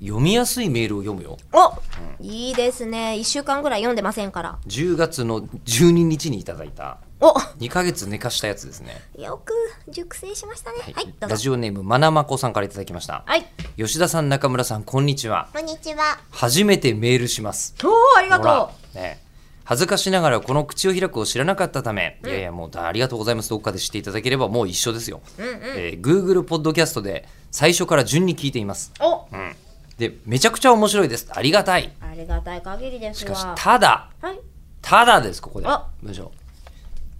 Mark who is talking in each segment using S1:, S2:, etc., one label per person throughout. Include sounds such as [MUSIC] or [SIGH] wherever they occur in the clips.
S1: 読みやすいメールを読むよ
S2: お、いいですね1週間ぐらい読んでませんから
S1: 10月の12日にいただいた
S2: お
S1: 2ヶ月寝かしたやつですね、
S2: よく熟成しましたねはい、どう
S1: ラ
S2: ぞ
S1: ジオネームまなまこさんからいただきました、
S2: はい
S1: 吉田さん中村さんこんにちは
S2: こんにちは
S1: 初めてメールします
S2: おーありが
S1: ほら
S2: と
S1: ね恥ずかしながらこの口を開くを知らなかったため、いやいやもうありがとうございますどっかで知っていただければもう一緒ですよ、えー Google ポッドキャストで最初から順に聞いています、
S2: うお
S1: うん、でめちゃくちゃ面白いですありがたい
S2: ありがたい限りで
S1: し
S2: す
S1: かし
S2: わ
S1: ただ
S2: はい
S1: ただですここで
S2: あ
S1: 文章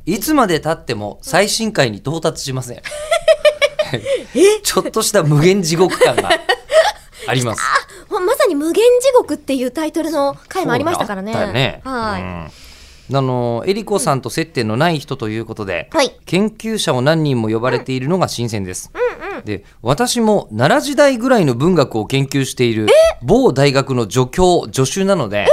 S1: いつまでたっても最新回に到達しま
S2: [LAUGHS]
S1: せん [LAUGHS] ちょっとした無限地獄
S2: [LAUGHS]
S1: 感があります
S2: ほんまさに「無限地獄」っていうタイトルの回もありましたからね
S1: そうだったね
S2: はい、
S1: うんあのえりこさんと接点のない人ということで、
S2: はい
S1: 研究者を何人も呼ばれているのが新鮮です、で私も奈良時代ぐらいの文学を研究している某大学の助教助手なので、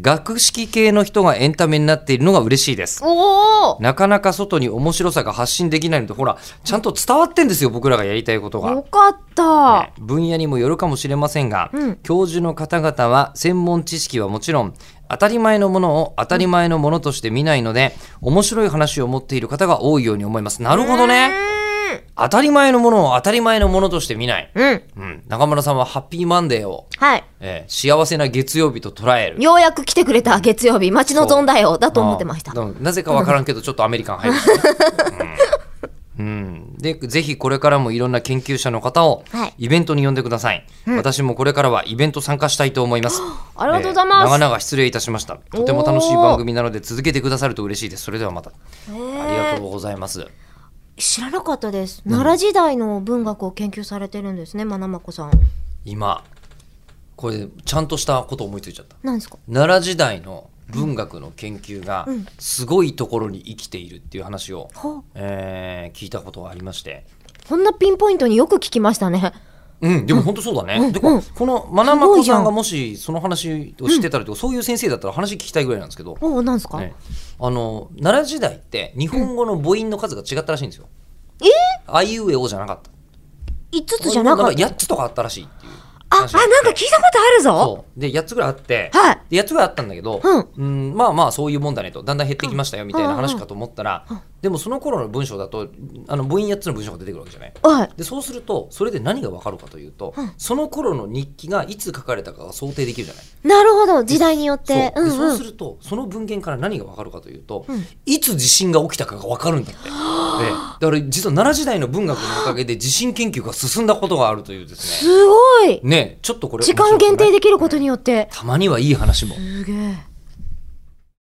S1: 学識系の人がエンタメになっているのが嬉しいです
S2: おお
S1: なかなか外に面白さが発信できないのでほらちゃんと伝わってんですよ僕らがやりたいことが
S2: よかった、
S1: ね分野にもよるかもしれませんが、
S2: うん
S1: 教授の方々は専門知識はもちろん当たり前のものを当たり前のものとして見ないので、面白い話を持っている方が多いように思いますなるほどね当たり前のものを当たり前のものとして見ない、
S2: うんうん
S1: うん、中村さんはハッピーマンデーを、
S2: はい
S1: えー幸せな月曜日と捉える
S2: ようやく来てくれた月曜日待ち望んだよだと思ってました
S1: あうんなぜかわからんけどちょっとアメリカン入
S2: [LAUGHS]
S1: る、うんうんでぜひこれからもいろんな研究者の方を
S2: はい
S1: イベントに呼んでください、私もこれからはイベント参加したいと思います
S2: ありがとうございます
S1: えー長々失礼いたしましたとても楽しい番組なので続けてくださると嬉しいですそれではまたありがとうございます
S2: 知らなかったです奈良時代の文学を研究されてるんですねまなまこさん
S1: 今これちゃんとしたこと思いついちゃった
S2: なんですか
S1: 奈良時代の文学の研究がすごいところに生きているっていう話を、
S2: ほう
S1: えー聞いたことがありまして
S2: こんなピンポイントによく聞きましたね
S1: うん、でも本当そうだね。で
S2: うん
S1: このまなます
S2: ご
S1: こ
S2: いじ
S1: さ
S2: ゃ
S1: ん
S2: ん
S1: がもしその話をしてたらとか、そういう先生だったら話聞きたいぐらいなんですけど、
S2: おおなんですか、
S1: ねあの奈良時代って日本語の母音の数が違ったらしいんですよ。
S2: え
S1: あいうえおじゃなかった。
S2: 5つじゃなかった
S1: 8つとかあったらしいっていう
S2: ああなん
S1: 話
S2: か
S1: があって。
S2: 聞いたことあるぞ
S1: そうで8つぐらいあって、
S2: はい
S1: で8つぐらいあったんだけど、
S2: う
S1: うんまあまあそういうもんだねとだんだん減ってきましたよみたいな話かと思ったら、でもその頃の文章だとあの母音8つの文章が出てくるわけじゃない。
S2: はい
S1: でそうするとそれで何が分かるかというと、その頃の日記がいつ書かれたかが想定できるじゃない。
S2: なるほど時代によっ
S1: そう
S2: て
S1: で
S2: うん
S1: そう
S2: う
S1: す
S2: ん
S1: るとその文献から何が分かるかというと、いつ地震が起きたかが分かるんだ
S2: [GASPS]
S1: って。でだから実は奈良時代の文学のおかげで地震研究が進んだことがあるというですね。
S2: すごい
S1: ねちょっとこれ
S2: 時間
S1: 面白
S2: 限定
S1: くない
S2: できることによって
S1: たまにはいい話も
S2: すげえ